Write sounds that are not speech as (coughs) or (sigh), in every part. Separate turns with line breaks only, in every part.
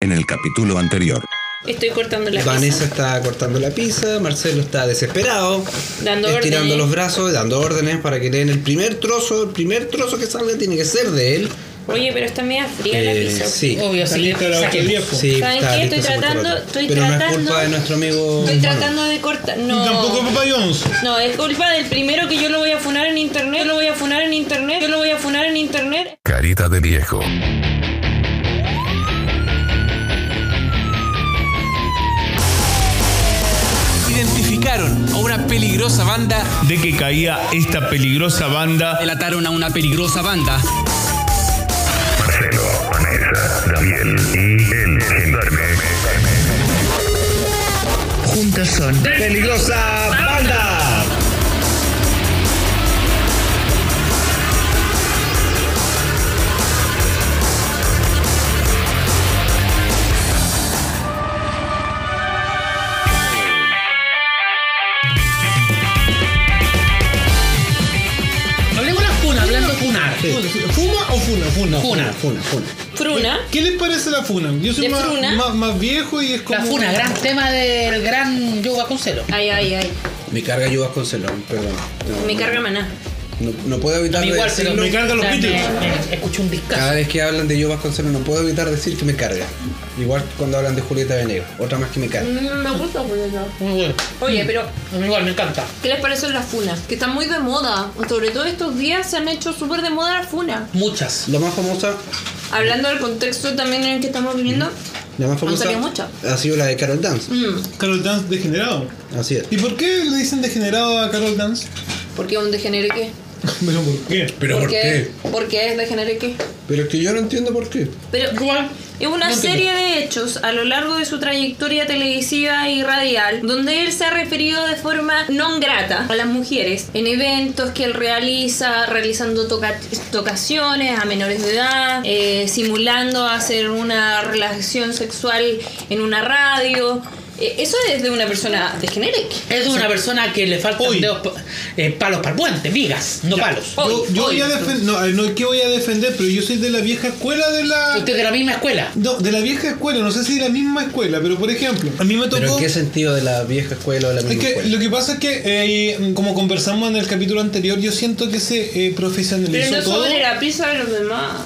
en el capítulo anterior.
Estoy cortando la pizza.
Vanessa está cortando la pizza, Marcelo está desesperado,
Dando
estirando
órdenes.
los brazos, dando órdenes para que le den el primer trozo, el primer trozo que salga tiene que ser de él.
Oye, pero está media fría la
Eh,
pizza.
sí.
Obvio,
Está
sí.
lista la
Saquemos.
batería, po.
Sí,
¿Saben
está
qué?
listo
Estoy
ese
tratando-
contrato.
estoy
Pero no es
tratando-
culpa de nuestro amigo.
Estoy
Manu.
tratando de cortar.
Y
No.
tampoco Papá Jones.
No, es culpa del primero que yo lo voy a funar en internet. Yo lo voy a funar en internet. Yo lo voy a funar en internet.
Carita de viejo.
Identificaron a una peligrosa banda,
De que caía esta peligrosa banda.
delataron a una peligrosa banda,
Marcelo, Vanessa, Daniel y el gendarme.
Juntas son
¡Peligrosa banda!
Hablemos de la funa, hablando de funar.
¿Fuma o funa? Funa.
Funa.
Funa, funa.
Fruna.
¿Qué les parece la funa? Yo soy
¿De
más,
fruna?
más- más viejo y es como...
La funa, gran tema del gran Yoga Concelo.
Ay, ay, ay.
Me carga ayudas con celón, perdón. No,
Me carga maná.
no, no puedo evitar de decirlo.
me carga los Beatles.
Escuché un discazo.
Cada vez que hablan de Yo Vasconcelos no puedo evitar decir que me carga. Igual que cuando hablan de Julieta Venegas, otra más que me carga.
me gusta Julieta.
Muy bueno.
Oye, pero
A mí igual me encanta.
¿qué les parecen las funas? Que están muy de moda. Sobre todo estos días se han hecho súper de moda las funas.
Muchas.
La más famosa,
Hablando del contexto también en el que estamos viviendo.
la más
Han
famosa
salido muchas.
ha sido la de Carol Dance.
Mm,
Carol Dance degenerado.
Así es.
¿Y por qué le dicen degenerado a Carol (laughs) Dance?
¿Por qué un degenere qué?
Pero ¿por qué?
¿Pero por qué?
¿Por qué es degenere qué?
Pero es que yo no entiendo por qué.
Pero
Igual.
Es una
No entiendo.
serie de hechos a lo largo de su trayectoria televisiva y radial, donde él se ha referido de forma non grata a las mujeres en eventos que él realiza, realizando toca- tocaciones a menores de edad, eh, simulando hacer una relación sexual en una radio. Eh, eso es de una persona de generic.
Es de una persona que le faltan
Uy.
dedos pa- eh, palos para el puente, vigas, no palos.
Hoy,
Yo, yo
hoy.
voy a defender... No, a ver, no es que voy a defender, pero yo soy de la vieja escuela de la...
Usted es de la misma escuela.
No, de la vieja escuela, no sé si de la misma escuela, pero por ejemplo, a mí me
¿Pero en
tocó...
qué sentido de la vieja escuela o de la misma
Es que
escuela?
lo que pasa es que, eh, como conversamos en el capítulo anterior, yo siento que se eh, profesionalizó
Pero no
todo.
sobre la pizza de los demás.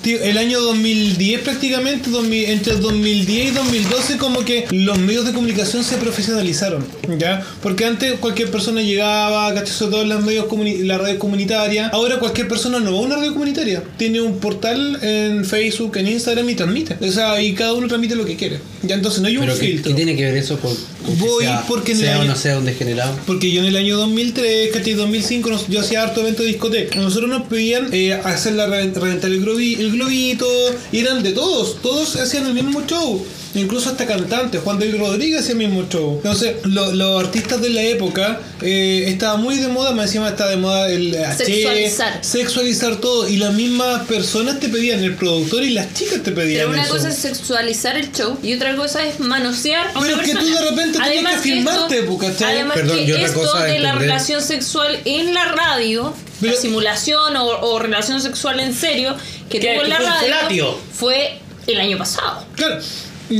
Tío, el año 2010 prácticamente, 2000 entre el 2010 y 2012 como que los medios de comunicación se profesionalizaron, ¿ya? Porque antes cualquier persona llegaba, ¿cachai? Sobre todo en las, medios comuni- la radio comunitaria. Ahora cualquier persona no va a una radio comunitaria. Tiene un portal en Facebook, en Instagram y transmite. O sea, y cada uno transmite lo que quiere. Ya entonces no hay un
¿Pero qué,
filtro.
qué tiene que ver eso con, con que
Voy
sea,
porque en el
sea o
año-
no sea un degenerado?
Porque yo en el año 2003, ¿cachai? 2005, nos- yo hacía harto evento de discoteca. Nosotros nos pedían eh, hacer la re- reventar el, globi- el globito, y eran de todos, todos hacían el mismo show. Incluso hasta cantantes, Juan David Rodríguez hacía el mismo show. Entonces, lo- los artistas de la época eh, estaba muy de moda, más encima estaba de moda el eh, H,
Sexualizar.
sexualizar todo. Y las mismas personas te pedían, el productor y las chicas te pedían.
Pero una
eso.
cosa es sexualizar el show y otra cosa es manosear a
Pero
una
que tú
persona.
de repente tenés
Además
que firmarte,
esto-
po, ¿cachai?
Además
Perdón,
que
y otra
esto
cosa es
de la
entender-
relación sexual en la radio,
Pero-
la simulación o, o relación sexual en serio que
Que-
tuvo en
que
la
fue un
radio
felatio.
fue el año pasado.
Claro,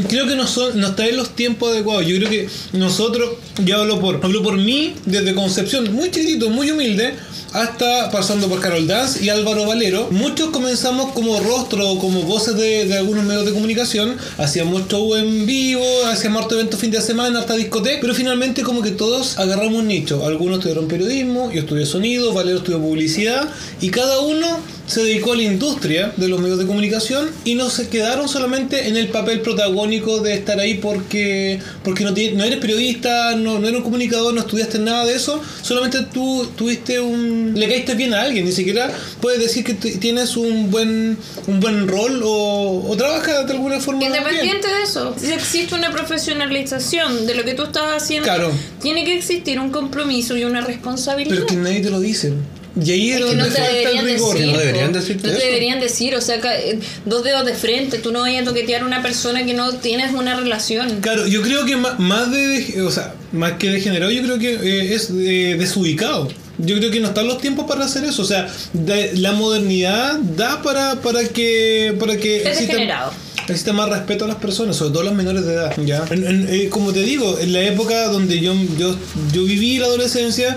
creo que no, son, no está en los tiempos adecuados. Yo creo que nosotros, yo hablo por, hablo por mí, desde Concepción, muy chiquitito, muy humilde, hasta pasando por Carol Dance y Álvaro Valero, muchos comenzamos como rostro o como voces de, de algunos medios de comunicación, hacíamos show en vivo, hacíamos harto evento fin de semana, hasta discoteca, pero finalmente como que todos agarramos un nicho. Algunos estudiaron periodismo, yo estudié sonido, Valero estudió publicidad, y cada uno se dedicó a la industria de los medios de comunicación y no se quedaron solamente en el papel protagónico de estar ahí porque, porque no, tiene- no eres periodista, no, no eres un comunicador, no estudiaste nada de eso, solamente tú tuviste un... le caíste bien a alguien, ni siquiera puedes decir que t- tienes un buen, un buen rol o, o trabajas de alguna forma. bien.
Independiente de eso, si existe una profesionalización de lo que tú estás haciendo,
Claro.
tiene que existir un compromiso y una responsabilidad.
Pero que nadie te lo dice. Y ahí es
Que
donde
no te
falta el
deberían
rigor.
decir.
No deberían
po.
decirte
No te
eso.
deberían decir, o sea, ca- eh, dos dedos de frente, tú no vayas a toquetear a una persona que no tienes una relación.
Claro, yo creo que ma- más, de, o sea, más que degenerado, yo creo que eh, es eh, desubicado. Yo creo que no están los tiempos para hacer eso. O sea, de- la modernidad da para, para que para que
Es
existan-
degenerado.
necesita más respeto a las personas, sobre todo a las menores de edad. ¿ya? En- en- eh, como te digo, en la época donde yo, yo, yo viví la adolescencia,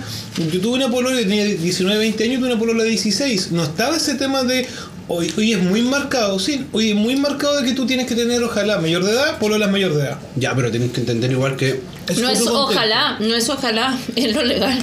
yo tuve una polola que tenía 19, 20 años y tuve una polola de 16. No estaba ese tema de. Hoy, hoy es muy marcado, sí. Hoy es muy marcado de que tú tienes que tener, ojalá, mayor de edad, pololas mayor de edad.
Ya, pero tienes que entender igual que.
Es
No es
otro contexto.
ojalá, no es ojalá, (laughs) es lo legal.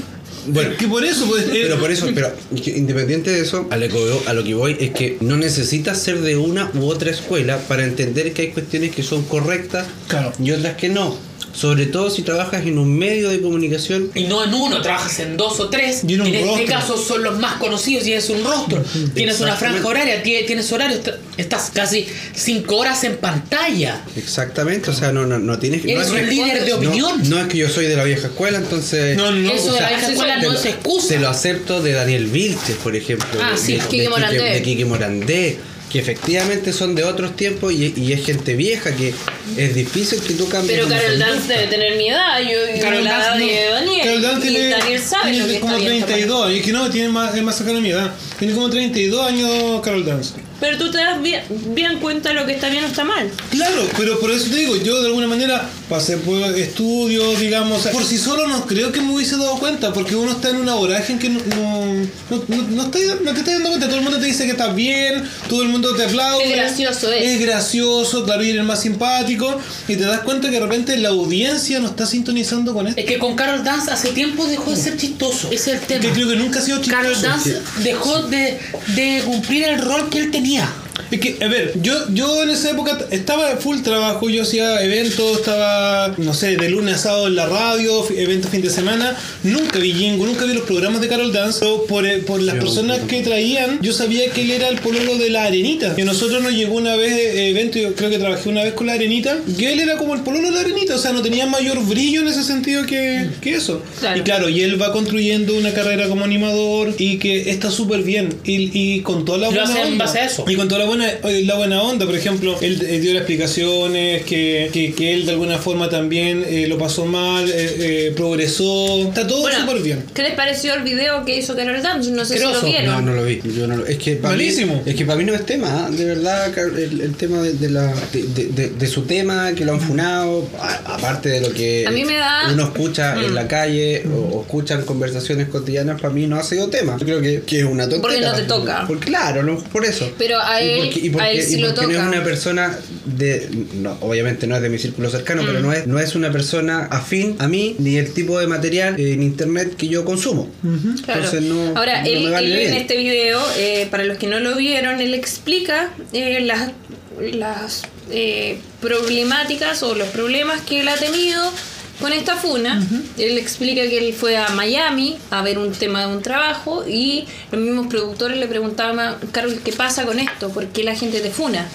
Bueno,
Que por eso, pues, eh,
pero por eso, pero que independiente de eso, a lo, que voy, a lo que voy es que no necesitas ser de una u otra escuela para entender que hay cuestiones que son correctas
Claro.
y otras que no. Sobre todo si trabajas en un medio de comunicación.
Y no en uno, trabajas en dos o tres.
Y
Y
en
en,
un
este
rostro.
caso son los más conocidos, tienes un rostro, tienes una franja horaria, tie- tienes horario, est- estás casi cinco horas en pantalla.
Exactamente, o sea, no, no, no tienes que. no
Eres
es
un
que-
líder de
no-
opinión.
No, es que yo soy de la vieja escuela, entonces.
No, no,
Eso
o
de
sea,
la vieja
sí,
escuela
sí,
no
te
es
lo- Te lo
excusa.
acepto de Daniel Vilches, por ejemplo.
Ah,
de,
sí,
de-
Quique
de
Morandé.
de Quique Morandé, Que efectivamente son de otros tiempos y, y es gente vieja que es difícil que tú cambies.
Pero
de
Carol
conducta.
Dance debe tener mi edad, yo y
Carol
la edad
Dance,
de
no.
Daniel.
Carol Dance
y
tiene,
Daniel sabe
tiene
lo que está
como
bien, está mal.
32. Y es que no, tiene más, es más cercana a mi edad. Tiene como 32 años Carol Dance.
Pero tú te das bien, bien cuenta de lo que está bien o está mal.
Claro, pero por eso te digo, yo de alguna manera pasé por estudios, digamos, o sea, por sí solo no creo que me hubiese dado cuenta, porque uno está en una voraje en que no, no, no, no- no está- no te estás dando cuenta, todo el mundo te dice que estás bien, todo el mundo te aplaude.
Qué gracioso es.
Es gracioso, claro, y eres más simpático, y te das cuenta que de repente la audiencia no está sintonizando con
Este
esto.
Es que con Carol Dance hace tiempo dejó de ser chistoso. Ese es el tema.
Que creo que nunca ha sido chistoso.
Carol Dance dejó de, de cumplir el rol que él tenía.
Es que, a ver, yo, yo en esa época t- estaba full trabajo, yo hacía eventos, estaba, no sé, de lunes a sábado en la radio, fi- eventos fin de semana. Nunca vi Jingo, nunca vi los programas de Carol Dance. pero por, eh, por las
Yo
personas
tampoco.
que traían, yo sabía que él era el pololo de la arenita. Que a nosotros nos llegó una vez eh, evento, yo creo que trabajé una vez con la arenita, que él era como el pololo de la arenita, o sea, no tenía mayor brillo en ese sentido que,
Mm.
que eso.
Claro.
Y claro, y él va construyendo una carrera como animador y que está súper bien. Y, y con toda la
Lo
buena
hace en
onda.
base a eso.
Y con toda la buena, eh, la buena onda, por ejemplo, él eh, dio las explicaciones, que, que, que él de alguna forma también eh, lo pasó mal, eh, eh, progresó. Está todo
Bueno,
súper bien.
¿Qué les pareció el video que hizo Carol Dance? No sé si
Asqueroso.
lo vieron.
No, no lo vi. Yo no lo- es que para
Malísimo.
Mí, es que para mí no es tema, ¿ah? de verdad, Car- el, el tema de, de la, de, de- de- de su tema, que lo han funado, a- aparte de lo que
A mí me da- Mm.
uno escucha en la calle o, o escucha en conversaciones cotidianas, para mí no ha sido tema. Yo creo que, que es una tontera.
Porque no te toca.
Por- claro, no, por eso.
Pero a
Y
él-
porque- y
a
porque-
él
y
sí lo
porque no
toca.
es una persona de... no, obviamente no es de mi círculo cercano,
Mm.
pero no es, no es una persona afín a mí ni el tipo de material en internet que yo consumo.
Claro.
Entonces no.
Ahora,
no me
él,
vale
él en
bien.
este video, eh, para los que no lo vieron, él explica eh, las, las eh, problemáticas o los problemas que él ha tenido con esta funa. Él explica que él fue a Miami a ver un tema de un trabajo y los mismos productores le preguntaban, Carol, ¿qué pasa con esto? ¿Por qué la gente te funa?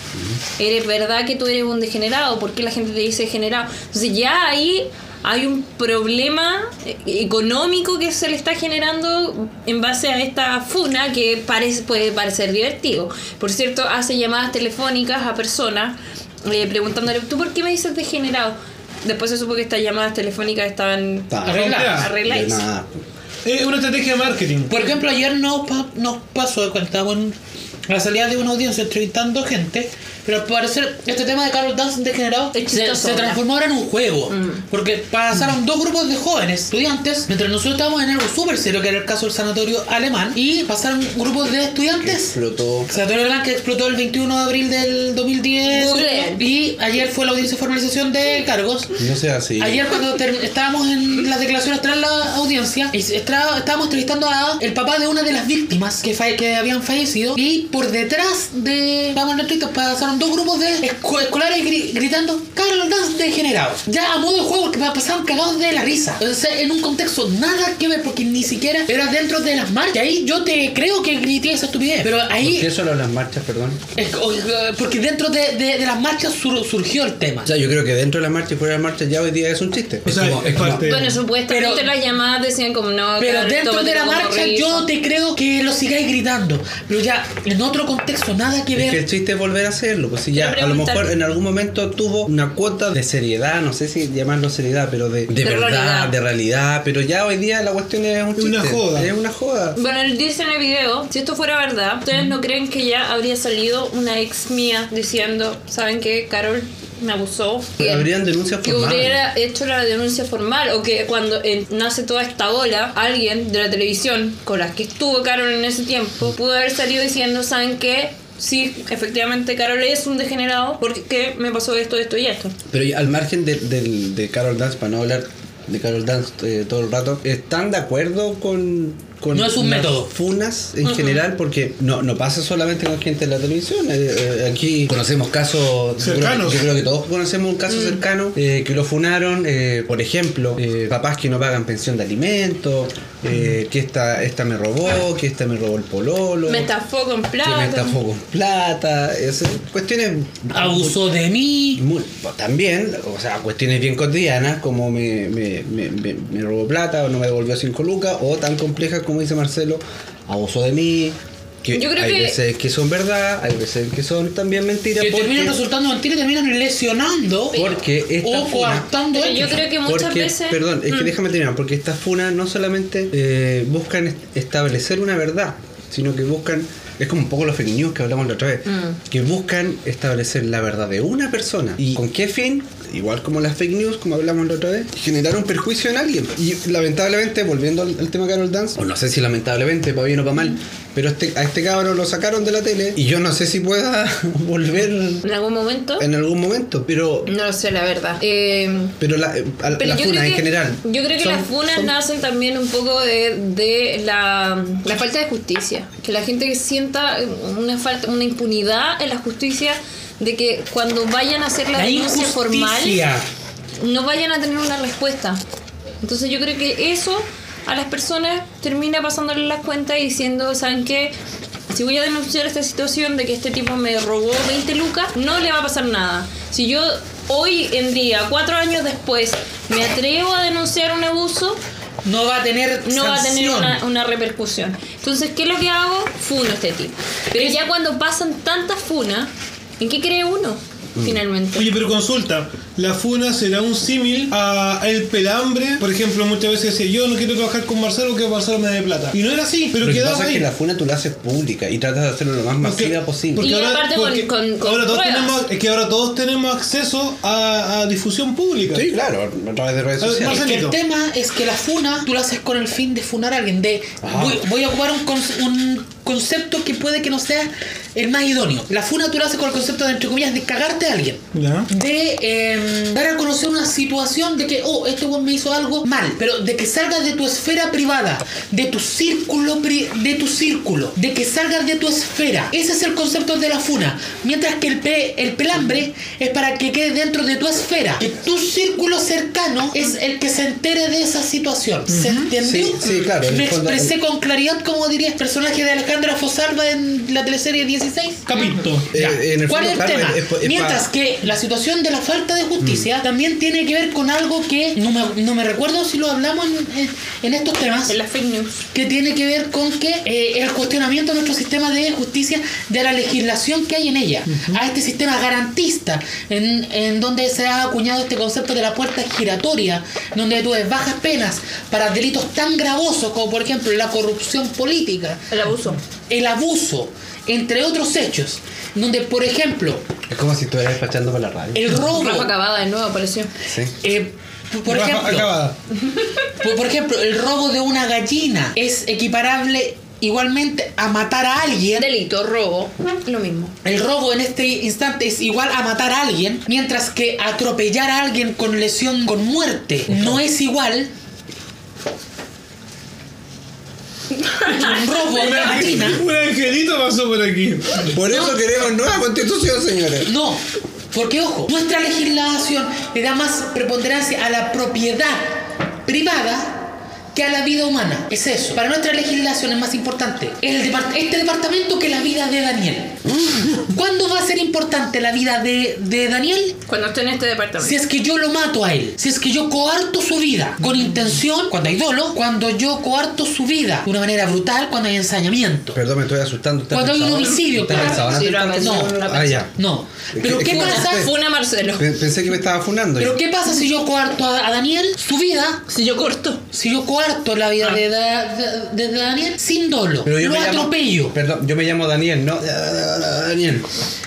¿Eres verdad que tú eres un degenerado? ¿Por qué la gente te dice degenerado? Entonces ya ahí hay un problema eh, económico que se le está generando en base a esta funa que parece, puede parecer divertido. Por cierto, hace llamadas telefónicas a personas eh, preguntándole, ¿tú por qué me dices degenerado? Después se supo que estas llamadas telefónicas estaban
Ta,
Arregla.
de
arregladas.
nada.
Es una estrategia de marketing.
Por ejemplo, ayer no pa- nos pasó cuando estábamos en la salida de una audiencia entrevistando gente, pero al parecer este tema de Carol Dance degenerado
Es
se,
chistoso,
se
¿verdad? Mm.
transformó ahora en un juego. Porque pasaron dos grupos de jóvenes estudiantes, mientras nosotros estábamos en algo súper serio, que era el caso del sanatorio alemán, y pasaron grupos de estudiantes.
Explotó.
Sanatorio alemán que explotó el 21 de abril del 2010.
Google.
Y ayer fue la audiencia de formalización de cargos.
No sea así.
Ayer cuando ter- estábamos en las declaraciones tras la audiencia, es- estra- estábamos entrevistando a el papá de una de las víctimas que, fa- que habían fallecido y por detrás de vamos en la entrevista pasaron dos grupos de esco- escolares gri- gritando Carlos Dance degenerado. Ya a modo de juego que pasaron cagados de la risa. O sea, en un contexto nada que ver porque ni siquiera era dentro de las marchas. Ahí yo te creo que grité esa estupidez. Pero
¿Por
ahí
qué solo las marchas, perdón?
es- o- eh, porque dentro de, de- de las marchas sur- surgió el tema.
O sea, yo creo que dentro de las marchas y fuera de las marchas ya hoy día es un chiste.
O sea,
Es como-
es parte.
Bueno, supuestamente
Pero-
las llamadas decían como no.
Pero
Carol,
dentro de
tómatelo
la
como
marcha
risa".
yo te creo que lo sigáis gritando. Pero ya, en otro contexto, nada que
es que el
ver.
chiste es volver a hacerlo. hacerlo. Pues si ya
Quiero
a lo
preguntar-
mejor en algún momento tuvo una cuota de seriedad, no sé si llamarlo seriedad, pero de, de verdad,
realidad.
de realidad. Pero ya hoy día la cuestión es un
Es una
chiste,
joda.
Es una joda.
Bueno, él dice en el video, si esto fuera verdad, ¿ustedes no creen que ya habría salido una ex mía diciendo, ¿saben qué? Carol me abusó. Que-
Habrían denuncias
que
formales.
hubiera hecho la denuncia formal o que cuando eh, nace toda esta ola, alguien de la televisión con las que estuvo Carol en ese tiempo pudo haber salido diciendo, ¿saben qué? Sí, efectivamente Carol es un degenerado porque me pasó esto, esto y esto.
Pero ya al margen de, del- de Carol Dance, para no hablar de Carol Dance eh, todo el rato, ¿están de acuerdo con, con
No es un
las
método.
funas en general? Porque no, no pasa solamente con gente de la televisión. eh, eh, aquí conocemos casos
Cercanos.
Yo creo, que todos conocemos un caso cercano eh, que lo funaron, eh, por ejemplo, eh, papás que no pagan pensión de alimentos, eh, que esta, esta me robó, que esta me robó el pololo.
Me estafó con
Que
plata.
me estafó con plata, es- cuestiones
Abusó de mí.
muy- pues, también, o sea, cuestiones bien cotidianas como me, me, me- me- me robó plata o no me devolvió 5 lucas, o tan complejas como dice Marcelo, abusó de mí. Que
Yo creo
hay
que-
veces que son verdad, hay veces que son también mentiras.
Que terminan
Porque,
resultando mentiras y terminan lesionando
porque esta
o
funa-
coartando
Pero yo
hechos.
creo que muchas
porque-
veces...
Perdón, es que
Mm.
déjame terminar, porque estas funas no solamente eh, buscan est- establecer una verdad, sino que buscan, es como un poco los fake news que hablamos la otra vez,
Mm.
que buscan establecer la verdad de una persona. ¿Y con qué fin? Igual como las fake news, como hablamos la otra vez, generar un perjuicio en alguien. Y lamentablemente, volviendo al, al tema Carol Dance, o no sé si lamentablemente, para bien o para mal, pero este, a este cabrón lo sacaron de la tele y yo no sé si pueda (laughs) volver
En algún momento...
en algún momento, pero
No lo sé, la verdad. Eh,
pero la, eh, a-
Pero
las
yo
funas
creo
en
que-
general.
Yo creo que
son-
las funas
son-
nacen también un poco de, de la, la falta de justicia. Que la gente sienta una falta, una impunidad en la justicia de que cuando vayan a hacer la,
La
denuncia formal
injusticia.
no vayan a tener una respuesta. Entonces yo creo que eso a las personas termina pasándoles las cuentas y diciendo, ¿saben qué? Si voy a denunciar esta situación de que este tipo me robó 20 lucas, no le va a pasar nada. Si yo hoy en día, cuatro años después, me atrevo a denunciar un abuso,
No va a tener
no va a tener
sanción.
una, una repercusión. Entonces, ¿qué es lo que hago? Funo a este tipo. Pero ya cuando pasan tantas funas, ¿en qué cree uno finalmente?
Oye, pero consulta, la funa será un símil a el pelambre. Por ejemplo, muchas veces decía, yo no quiero trabajar con Marcelo porque Marcelo me dé plata. Y no era así, pero
Lo que
quedaba
pasa es
ahí.
que la funa tú la haces pública y tratas de hacerlo lo más
Porque-
masiva posible.
porque
Y aparte con-
porque
con- con
ahora todos
pruebas.
tenemos, es que ahora todos tenemos acceso a, a difusión pública.
Sí, claro, a través de redes
A ver,
sociales.
Marcelo,
Que el tema es que la funa tú la haces con el fin de funar a alguien. De
Ah.
voy, voy a ocupar un, con- un concepto que puede que no sea el más idóneo. La funa tú la haces con el concepto de, entre comillas, de cagarte a alguien.
Ya.
De eh, dar a conocer una situación de que, oh, este weón me hizo algo mal. Pero de que salgas de tu esfera privada, de tu círculo, pri- de tu círculo, de que salgas de tu esfera. Ese es el concepto de la funa. Mientras que el, pe- el pelambre es para que quede dentro de tu esfera. Que tu círculo cercano es el que se entere de esa situación. ¿Se entendió?
Sí, sí, claro, en
Me
el fondo-
expresé con claridad, como diría el personaje de Alejandra Fosalva en la teleserie 16.
Capito.
Eh,
Ya.
en el
¿Cuál
fondo,
es el
claro,
tema?
es- es pa- Mm.
Mientras que la situación de la falta de justicia también tiene que ver con algo que no me, no me recuerdo si lo hablamos en, en- en estos temas,
En las fake news.
que tiene que ver con que eh, el cuestionamiento de nuestro sistema de justicia, de la legislación que hay en ella, a este sistema garantista, en, en donde se ha acuñado este concepto de la puerta giratoria, donde tú ves bajas penas para delitos tan gravosos como por ejemplo la corrupción política,
El abuso.
el abuso, entre otros hechos, donde por ejemplo
Es como si estuvieras despachando para la radio.
el
Rafa
robo,
acabada de nuevo apareció.
Sí.
eh, por
Rafa,
ejemplo,
acabada.
por, por ejemplo, el robo de una gallina es equiparable igualmente a matar a alguien.
Delito, robo, lo mismo.
El robo en este instante es igual a matar a alguien, mientras que atropellar a alguien con lesión, con muerte, no es igual. Un (laughs) robo a una gallina.
(laughs) Un angelito pasó por aquí.
Por eso queremos nueva constitución, señores.
No, porque ojo, nuestra legislación le da más preponderancia a la propiedad privada que a la vida humana. Es eso. Para nuestra legislación es más importante el depart- este departamento que la vida de Daniel. ¿Cuándo va a ser importante la vida de, de Daniel?
Cuando esté en este departamento.
Si es que yo lo mato a él, si es que yo coarto su vida con intención, cuando hay dolo, cuando yo coarto su vida de una manera brutal, cuando hay ensañamiento.
Perdón, me estoy asustando. ¿Estás
Cuando hay un
pensado?
homicidio,
¿Estás
claro.
pensado
Sí,
antes?
lo ha pensado,
No.
lo ha
Ah, ya.
No.
Es
Pero
que-
¿qué
es que-
pasa?
Fue-
Funa Marcelo.
Pe- Pensé que me estaba funando.
Pero ¿qué pasa si yo coarto a, a Daniel su vida?
Si yo corto. Ah.
Si yo coarto la vida de, Da- de- de Daniel sin dolo,
Pero yo
lo
me llamo-
atropello.
Perdón, yo me llamo Daniel, ¿no? Daniel.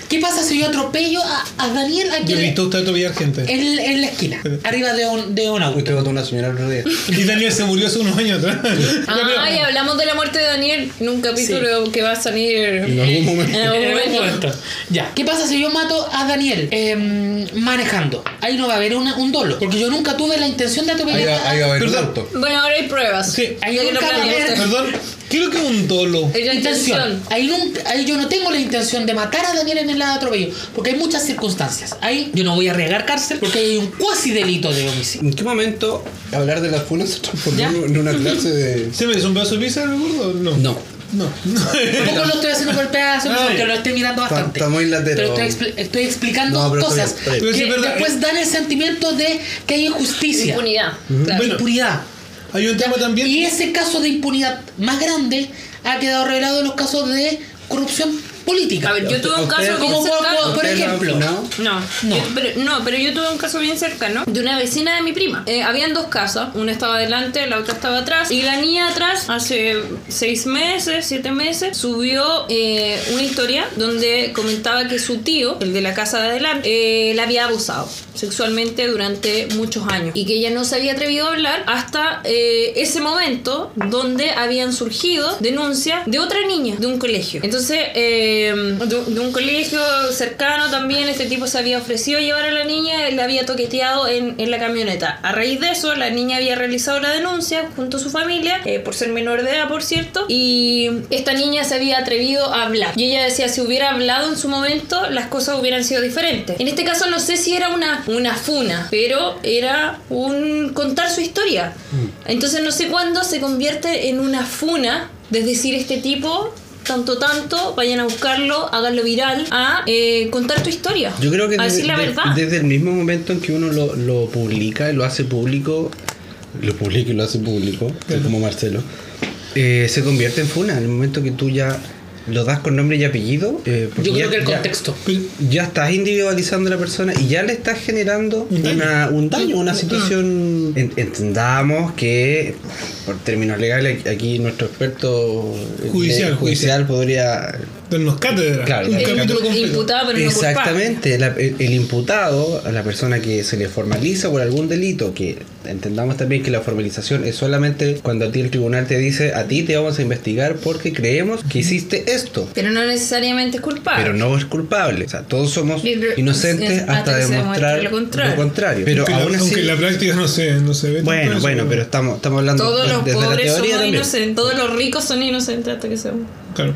¿Qué pasa si yo atropello a, a Daniel aquí
Yo he
en,
visto a usted atropellar gente.
en- en la esquina, arriba de un, de un auto?
Usted votó una señora el otro día.
Y Daniel se murió hace unos años atrás.
Ah, y hablamos de la muerte de Daniel en un capítulo que va a salir
En algún momento.
en algún
En algún
momento.
momento. Ya. ¿Qué pasa si yo mato a Daniel em, manejando? Ahí no va a haber una- un dolo, porque yo nunca tuve la intención de
Ahí
atropellar.
va, ahí va a haber un
Perdón.
auto.
Bueno, ahora hay pruebas.
Sí.
Ahí hay que lo
Nunca
planeamos.
me-
Perdón, creo que es un dolo.
Eh,
Es la intención.
Ahí, nunca- ahí yo no tengo la intención de matar a Daniel en el atropello, porque hay muchas circunstancias. Ahí yo no voy a arriesgar cárcel porque hay un cuasi delito de homicidio.
¿En qué momento hablar de las funas se transformó
¿Ya?
en una clase de.?
¿Se me hizo un pedazo de pizza, recuerdo? No.
No.
No.
Tampoco lo estoy haciendo por el pedazo,
Ay.
porque lo estoy mirando
Está-
bastante.
está muy latero.
Pero estoy, expli- estoy explicando
No, pero está
cosas
bien, está bien.
Pero sí,
que
es verdad.
eh.
después dan el sentimiento de que hay injusticia,
Impunidad. claro.
Bueno,
impunidad.
(laughs) Hay un tema también.
Y ese caso de impunidad más grande ha quedado revelado en los casos de corrupción política.
A ver, yo tuve un
¿Ustedes-
caso bien
¿Cómo puedo-
cercano.
puedo- Por
¿Ustedes la han
ejemplo.
funado?
No, Yo-
No.
Eh, pero, no, pero yo tuve un caso bien cercano de una vecina de mi prima. Eh, habían dos casas, una estaba adelante, la otra estaba atrás. Y la niña atrás, hace seis meses, siete meses, subió eh, una historia donde comentaba que su tío, el de la casa de adelante, eh, la había abusado sexualmente durante muchos años y que ella no se había atrevido a hablar hasta eh, ese momento donde habían surgido denuncias de otra niña de un colegio. Entonces, eh, de, de un colegio cercano también, este tipo se había ofrecido llevar a la niña, la había toqueteado en, en la camioneta. A raíz de eso, la niña había realizado la denuncia junto a su familia, eh, por ser menor de edad, por cierto, y esta niña se había atrevido a hablar. Y ella decía, si hubiera hablado en su momento, las cosas hubieran sido diferentes. En este caso, no sé si era una, una funa, pero era un contar su historia. Entonces, no sé cuándo se convierte en una funa, de decir, este tipo tanto tanto, vayan a buscarlo, háganlo viral, a eh, contar tu historia.
Yo creo que
a decir
desde,
la
de-
verdad.
desde el mismo momento en que uno lo, lo publica y lo hace público, lo publica y lo hace público, soy como Marcelo, eh, se convierte en funa. En el momento que tú ya lo das con nombre y apellido, eh, porque
Yo creo
ya-
que el
ya-
contexto.
Ya estás individualizando a la persona y ya le estás generando una- un daño, una situación. En- entendamos que, por términos legales, aquí nuestro experto eh,
Judicial,
judicial podría
Darnos cátedra.
Claro,
un
darnos
capítulo
cátedra.
completo.
Imputado, pero no culpable.
Exactamente, la- el, el imputado, a la persona que se le formaliza por algún delito, que entendamos también que la formalización es solamente cuando a ti el tribunal te dice, a ti te vamos a investigar porque creemos que hiciste esto,
Pero no necesariamente es culpable.
pero no es culpable. O sea, todos somos
Pero-
inocentes
es-
hasta,
hasta que se
demostrar
demuestre
lo
lo
contrario.
contrario.
Pero
Aunque la-
aún
aunque
así...
en la práctica no se, no se ve. tanto
Bueno,
eso,
bueno, pero estamos, estamos hablando
Todos
de-
los
desde la
pobres
teoría
somos
también.
inocentes, todos los ricos son inocentes hasta que se
Claro.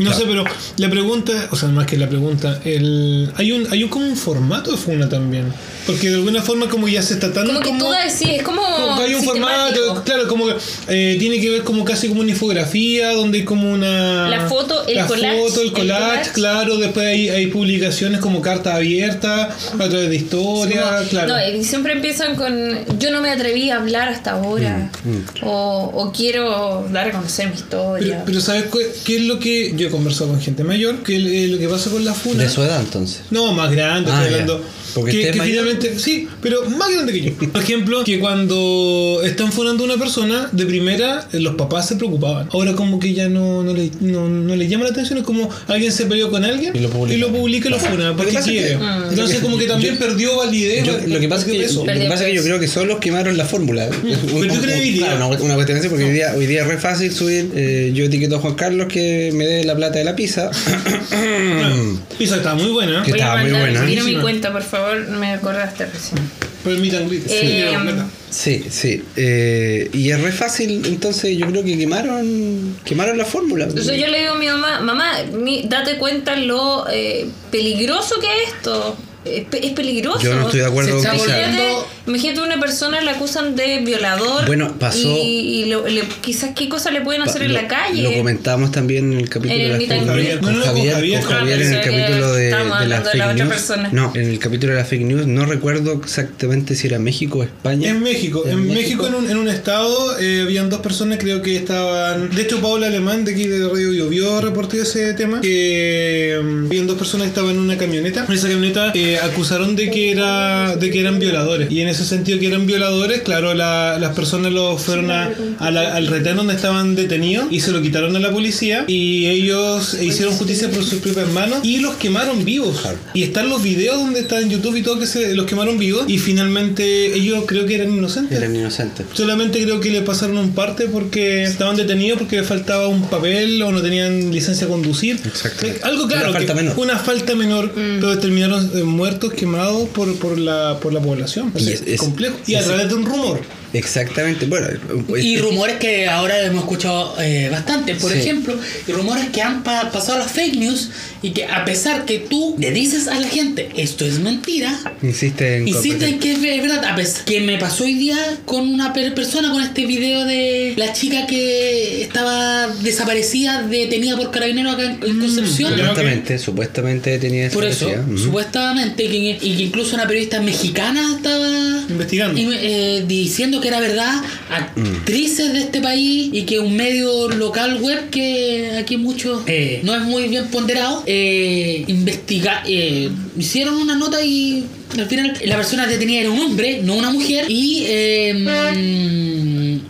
No sé, pero la pregunta, o sea, más que la pregunta, el, hay un hay un, como un formato de funa también. Porque de alguna forma como ya se está tan...
Como que tú decís, es como.
como que hay un
sistemático.
formato, claro, como que eh, tiene que ver como casi como una infografía, donde hay como una...
La foto, el
la
collage,
foto, el
el
collage,
collage.
claro, después hay, hay publicaciones como carta abierta, a través de historia,
Como-
claro.
No, eh, y siempre empiezan con yo no me atreví a hablar hasta ahora.
Mm,
O, o quiero dar a conocer mi
pero,
historia.
pero ¿sabes qué, qué es lo que yo he conversado con gente mayor? Que eh, lo que pasa con la funa...
De su edad entonces.
No, más grande,
Ah,
estoy
ya.
hablando.
Porque
que
usted es
que
mayor.
finalmente, sí, pero más grande que yo.
(laughs)
Por ejemplo, que cuando están funando a una persona, de primera eh, los papás se preocupaban. Ahora como que ya no, no, le, no, no le llama la atención, es como alguien se peleó con alguien
Y lo publica.
y lo, publica y lo funa, porque
pasa es
quiere.
que-
Entonces como que también perdió validez.
Yo- lo que pasa es que,
eso.
lo que,
Perdió
pasa es que yo
peso.
creo que son los quemaron la fórmula. Un- un-
credibilidad.
claro, una, una cuestión así, porque hoy, día, hoy día es re fácil subir. eh, yo etiqueto a Juan Carlos que me dé la plata de la
(coughs)
pizza.
Claro, Esa estaba muy buena,
Que
Voy a
estaba muy
mandar,
buena.
mira mi
Buenísima.
cuenta, por favor, me acordaste recién.
pero el meet and greet, sí,
Eh,
era plata.
sí, sí. eh, y es re fácil, entonces yo creo que quemaron quemaron la fórmula.
Entonces yo le digo a mi mamá, mamá, mi- date cuenta lo eh, peligroso que es esto. Es, pe- es peligroso.
Yo no estoy de acuerdo
Se
con
está
que sea.
Imagínate
volviendo
Imagínate una persona la acusan de violador.
Bueno, pasó-
Y, y lo- le- quizás qué cosas le pueden hacer en
lo-
la calle.
Lo comentábamos también en el capítulo
En el
de las
Meet and
fake
Greet.
news.
No,
Con
no, con
Javier,
Javier.
con Javier en el
Ah, pensé que
capítulo de,
estábamos
de las
hablando de la
fake
otra
news.
persona.
No, en el capítulo de las fake news no recuerdo exactamente si era México o España.
En México, en, México, en, un, en un estado, eh, habían dos personas, creo que estaban. De hecho, Paola Alemán de aquí de Radio Llovió reportó ese tema. Que mm, habían dos personas que estaban en una camioneta. En esa camioneta eh, acusaron de que era de que eran violadores. Y en ese sentido que eran violadores, claro, la- las personas los fueron a- a la- al retén donde estaban detenidos y se lo quitaron a la policía. Y ellos hicieron justicia por sus propias manos y los quemaron vivos. Y están los videos donde están en YouTube y todo que se los quemaron vivos. Y finalmente ellos creo que eran inocentes.
Eran inocentes.
Solamente creo que le pasaron un parte porque estaban detenidos porque le faltaba un papel o no tenían licencia a conducir.
Exacto.
Eh, Algo claro.
Una
que-
falta menor.
Una falta menor.
Mm.
Pero terminaron eh, muertos, quemados por, por, la, por la población. O
Y
sea,
es- es-
complejo. Y
es-
a través de un rumor.
Exactamente. Bueno, pues,
Y rumores que ahora hemos escuchado eh, bastante, por
Sí.
ejemplo, y rumores que han pa- pasado a las fake news y que a pesar que tú le dices a la gente esto es mentira,
insiste en
insisten
competir.
que es ver- es verdad. A pesar que me pasó hoy día con una per- persona con este video de la chica que estaba desaparecida, detenida por carabineros acá en en Concepción.
Supuestamente, supuestamente tenía esa
Por eso,
capacidad. Ujú.
supuestamente, y que, y que incluso una periodista mexicana estaba
Investigando.
y, eh, diciendo que era verdad, actrices de este país y que un medio local web que aquí mucho eh, no es muy bien ponderado, eh, investiga, eh, hicieron una nota y al final la persona detenida era un hombre, no una mujer, y... eh, mm,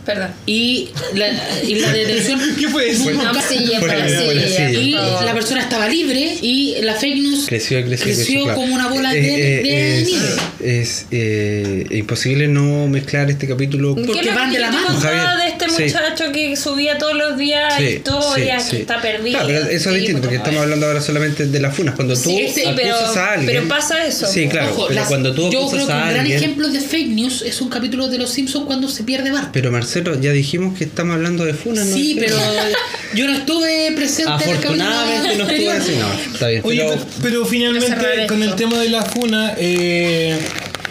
Perdón.
y la, y la detención (laughs)
¿Qué fue eso?
Muy
No,
marcada.
sí, ya,
Fuera,
por- sí,
fuera,
ya,
sí.
por
Y
favor.
la persona estaba libre y la fake news
Creció, creció,
creció
claro.
como una bola de,
Eh, eh,
de
es,
nieve.
Es eh, imposible no mezclar este capítulo.
¿Qué
porque
es lo
van
que
de la
te
mano.
contaba de
Javier,
este
sí.
muchacho que subía todos los días
Sí,
historias
sí,
que
sí.
está perdido?
Claro, pero eso es distinto, porque estamos hablando ahora solamente de las funas. Cuando tú
Sí, sí,
acusas
pero-
a alguien.
pero pasa eso.
Sí, claro.
Ojo,
pero
las-
cuando tú
yo creo
acusas
que
a
un gran
alguien.
ejemplo de fake news es un capítulo de Los Simpsons cuando se pierde Bart.
Pero Marcelo, ya dijimos que estamos hablando de funas, ¿no?
sí, pero yo no estuve presente. en el
Afortunadamente no estuve
capítulo anterior.
así. No, está bien.
Oye,
pero-
pero, pero finalmente
cerrar
con el
esto.
tema de la funa, eh,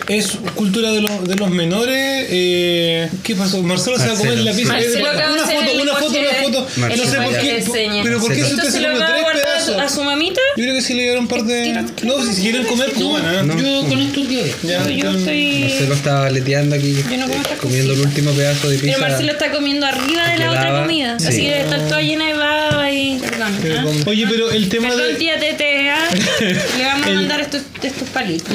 es cultura de, los de los menores. eh, ¿Qué pasó? Marcelo, se va a comer
Marcelo,
la pizza.
sí.
Eh,
Marcelo acaba de
una
hacer
foto,
el
una foto, una
coche-
foto.
el
no sé por
coche
qué.
de
por-
seña.
pero ¿por qué
Marcelo.
se usted
Entonces
se
lo
comió
va a
tres
guardar a su-
pedazos?
a su mamita.
Yo creo que sí le dieron parte de. No, si quieren comer, coman, ¿eh?
No.
Yo (laughs) con este- esto quedé.
Ya,
Yo
ya.
Marcelo
estoy.
estaba leteando aquí,
Yo no como
eh,
estas
comiendo el último pedazo de pizza.
Pero Marcelo está comiendo arriba de
Porque
la otra
lava.
comida.
Sí.
Así debe estar toda llena de baba y. Perdón.
Pero
¿ah?
con- Oye, pero el tema
Perdón,
de.
tía
(laughs)
TTA. Le vamos a
El-
mandar estos, estos palitos.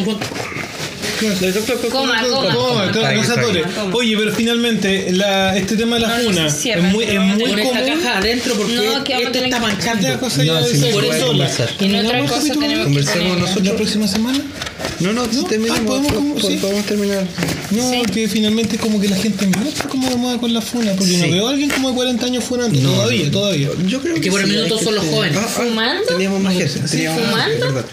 Coma,
Coma,
coma, coma.
claro, no se atore.
Coma, coma.
Oye, pero finalmente la, este tema de la
No, no se
funa
cierra,
es muy, es
pero vamos a
muy
Con esta
común.
caja adentro porque
No, que vamos a
esto
tener
está
que-
Esta
manchando.
cosa ya
No, si
es
no se puede
sola.
conversar.
Y en
¿Tengamos
otra cosa
capítulo?
tenemos que
Conversemos
poner-
nosotros.
¿La próxima semana?
No, no, si
No,
terminamos,
ah, podemos como-
po-
sí.
podemos terminar.
No, que finalmente como que la gente no está como de moda con la funa, porque no
Sí.
veo a alguien como de 40 años funando,
No,
todavía, todavía.
Yo creo
Es
que,
que por el
sí,
minuto
hay
son los
gente-
jóvenes.
¿Fumando?
Teníamos más gente.
Sí,
teníamos más gente,
¿fumando?
verdad.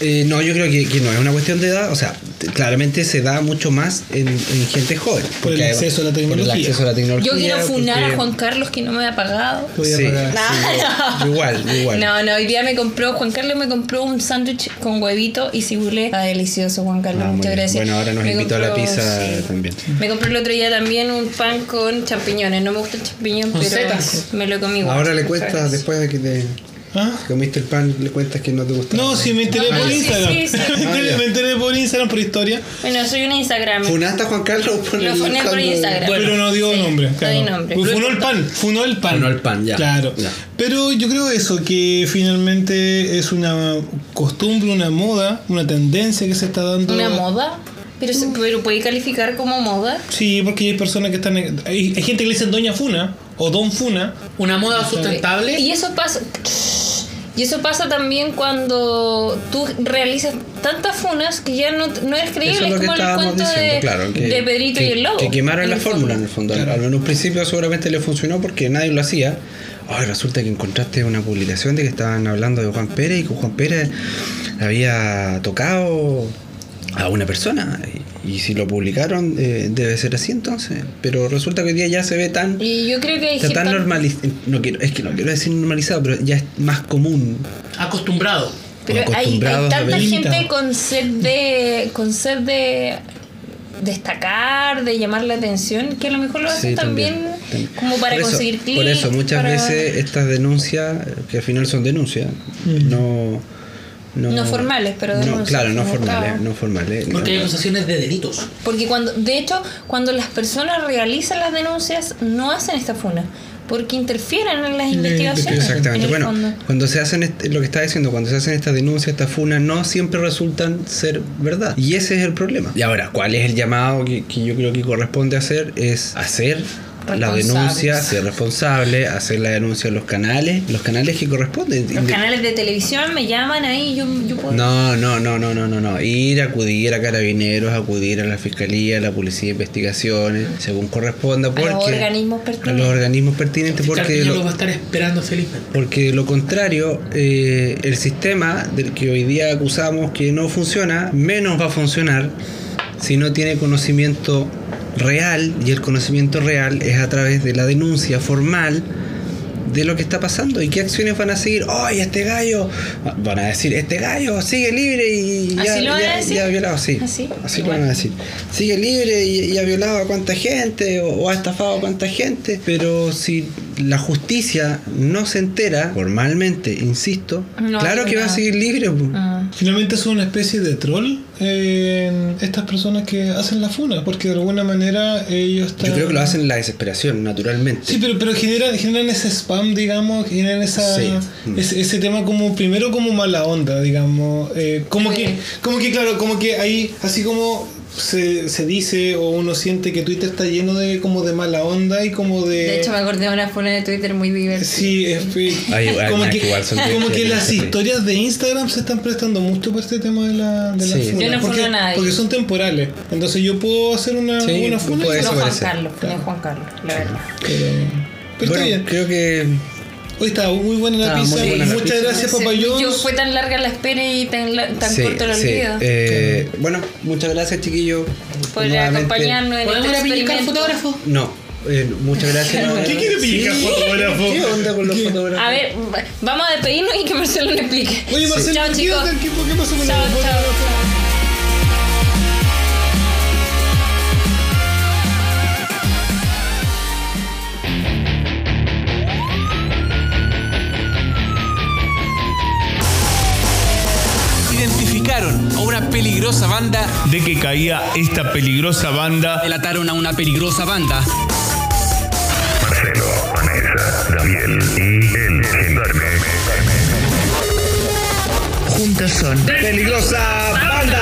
Eh, no, yo creo que, que no es una cuestión de edad. O sea, t- claramente se da mucho más en, en gente joven.
Por el
porque además-
acceso a la
por el
tecnología.
acceso a la tecnología,
Yo quiero funar
porque-
a Juan Carlos que no me ha pagado.
Voy a
Sí,
pagar.
sí, yo- (laughs) Igual,
(laughs)
igual.
No, no, hoy día me compró, Juan Carlos me compró un sándwich con huevito y cibulé. Está delicioso, Juan Carlos,
Ah, muy
muchas
bien.
gracias.
Bueno, ahora nos
Me
invitó a la
compró,
pizza
sí.
también.
Me compré el otro día también un pan con champiñones. No me gusta el champiñón,
Con
pero
setas.
me lo comí. igual.
Ahora le
Muchas
cuentas,
gracias.
después de que te
¿Ah?
comiste el pan, le cuentas que no te gustó.
No, si me enteré
Ah,
por
sí,
Instagram.
sí, sí.
Me enteré-
Ah, ya.
(laughs) me enteré por Instagram, por historia,
Bueno, soy una Instagram.
¿Funaste a Juan Carlos por
Lo
el
funé por
saldo de-
Instagram.
pero no dio
Sí,
nombre.
no
claro.
di nombre.
Pues
Lo
Funó el
importante-
pan, funó el pan.
Funó el pan, ya.
Claro.
Ya.
Pero yo creo eso, que finalmente es una costumbre, una moda, una tendencia que se está dando.
¿Una moda? Pero, se- pero puede calificar como moda.
Sí, porque hay personas que están. Hay, hay gente que le dicen Doña Funa o Don Funa.
Una moda sustentable.
Y eso pasa. Y eso pasa también cuando tú realizas tantas funas que ya no, no eres
Eso
creíble.
es
es
lo que
como el
estábamos
cuento
diciendo,
de,
claro. Que,
de Pedrito
que-
y el Lobo.
Que quemaron
en
la
el
fórmula en
fondo.
el fondo. Al menos en un principio seguramente le funcionó porque nadie lo hacía. Ay, resulta que encontraste una publicación de que estaban hablando de Juan Pérez y que Juan Pérez había tocado a una persona. Y, y si lo publicaron, eh, debe ser así entonces. Pero resulta que hoy día ya se ve tan.
Y yo creo que hay
Está
gente-
tan normalizado, no quiero, es que no quiero decir normalizado, pero ya es más común.
Acostumbrado.
Pero hay- hay,
acostumbrados a
tanta
ver.
gente con sed de. con sed de. destacar, de llamar la atención, que a lo mejor lo hacen
Sí,
también,
también.
como para
Por eso-
conseguir clics.
Por eso, muchas
para-
veces estas denuncias, que al final son denuncias,
Mm.
no, no.
No formales, pero
no,
denuncias,
Claro, no
como
formales,
estaba.
no formales.
Porque hay
no.
acusaciones de delitos.
Porque cuando, de hecho, cuando las personas realizan las denuncias, no hacen esta funa, porque interfieren en las investigaciones.
Exactamente.
en el
Bueno,
fondo.
cuando se hacen est- lo que está diciendo, cuando se hacen estas denuncias, estas funas, no siempre resultan ser verdad. Y ese es el problema. Y ahora, ¿cuál es el llamado que, que yo creo que corresponde hacer? Es hacer la
Responsables.
denuncia, ser responsable, hacer la denuncia en los canales, los canales que corresponden.
los
Inde-
canales de televisión me llaman ahí, yo, yo puedo...
No, no, no, no, no, no, no. Ir, acudir a carabineros, acudir a la fiscalía, a la policía de investigaciones, según corresponda, porque
organismos pertinentes.
a los organismos pertinentes, porque
Carpiño
lo-
lo va a estar esperando felizmente.
porque lo contrario, eh, el sistema del que hoy día acusamos que no funciona, menos va a funcionar si no tiene conocimiento real, y el conocimiento real es a través de la denuncia formal de lo que está pasando y qué acciones van a seguir. ¡Ay, este gallo! Van a decir, este gallo sigue libre y ya,
¿Así lo van a
ya-
decir?
ya ha violado, sí.
¿Así?
lo
Igual.
van a decir. Sigue libre y, y ha violado a cuánta gente o, o ha estafado a cuánta gente. Pero si la justicia no se entera, formalmente, insisto,
No
claro
hace
que va a
nada.
seguir libre. po.
Mm.
Finalmente son una especie de troll eh, estas personas que hacen la funa, porque de alguna manera ellos están...
Yo creo que lo hacen en la desesperación, naturalmente.
Sí, pero, pero generan, generan ese spam, digamos, generan esa,
Sí.
ese, ese tema como, primero como mala onda, digamos. eh, como,
Sí.
que, como que, claro, como que ahí, así como se, se dice o uno siente que Twitter está lleno de como de mala onda y como de...
De hecho, me acordé de una funa de Twitter muy divertida.
Sí, es fe-
Ay, ay,
como
ay,
que,
que igual son
como que
bien
las
chéveres,
historias de Instagram se están prestando mucho para este tema de la, de la
Sí.
funa,
Yo no funo
porque,
a nadie.
porque son temporales. Entonces yo puedo hacer una,
Sí,
una funa.
puede
y-
no
eso
Juan
parece.
Carlos, no Juan Carlos, la verdad.
Pero, pero está
Bueno,
bien.
creo que
Hoy está muy buena la
Estaba
pizza.
muy buena la
Muchas
pizza.
gracias,
Sí,
Papá
Yo
Jones.
fue tan larga la espera y tan, la- tan
Sí,
corto el
sí.
olvido.
Eh, bueno, muchas gracias, chiquillos.
Por
Nuevamente-
acompañarnos en
¿Podemos ir
este
a pellizcar al
experimento.
fotógrafo?
No, eh, muchas gracias.
(laughs)
¿Qué quiere pillar fotógrafo?
¿Qué onda con los fotógrafos?
A ver, va- vamos a despedirnos y que Marcelo nos explique.
Oye, Marcelo,
chao,
¿qué-
chicos.
¿qué, qué pasó con
Chao, chao.
los fotógrafos?
Identificaron a una peligrosa banda.
de que caía esta peligrosa banda
Delataron a una peligrosa banda.
Marcelo, Vanessa, Daniel y el gendarme.
peligrosa banda.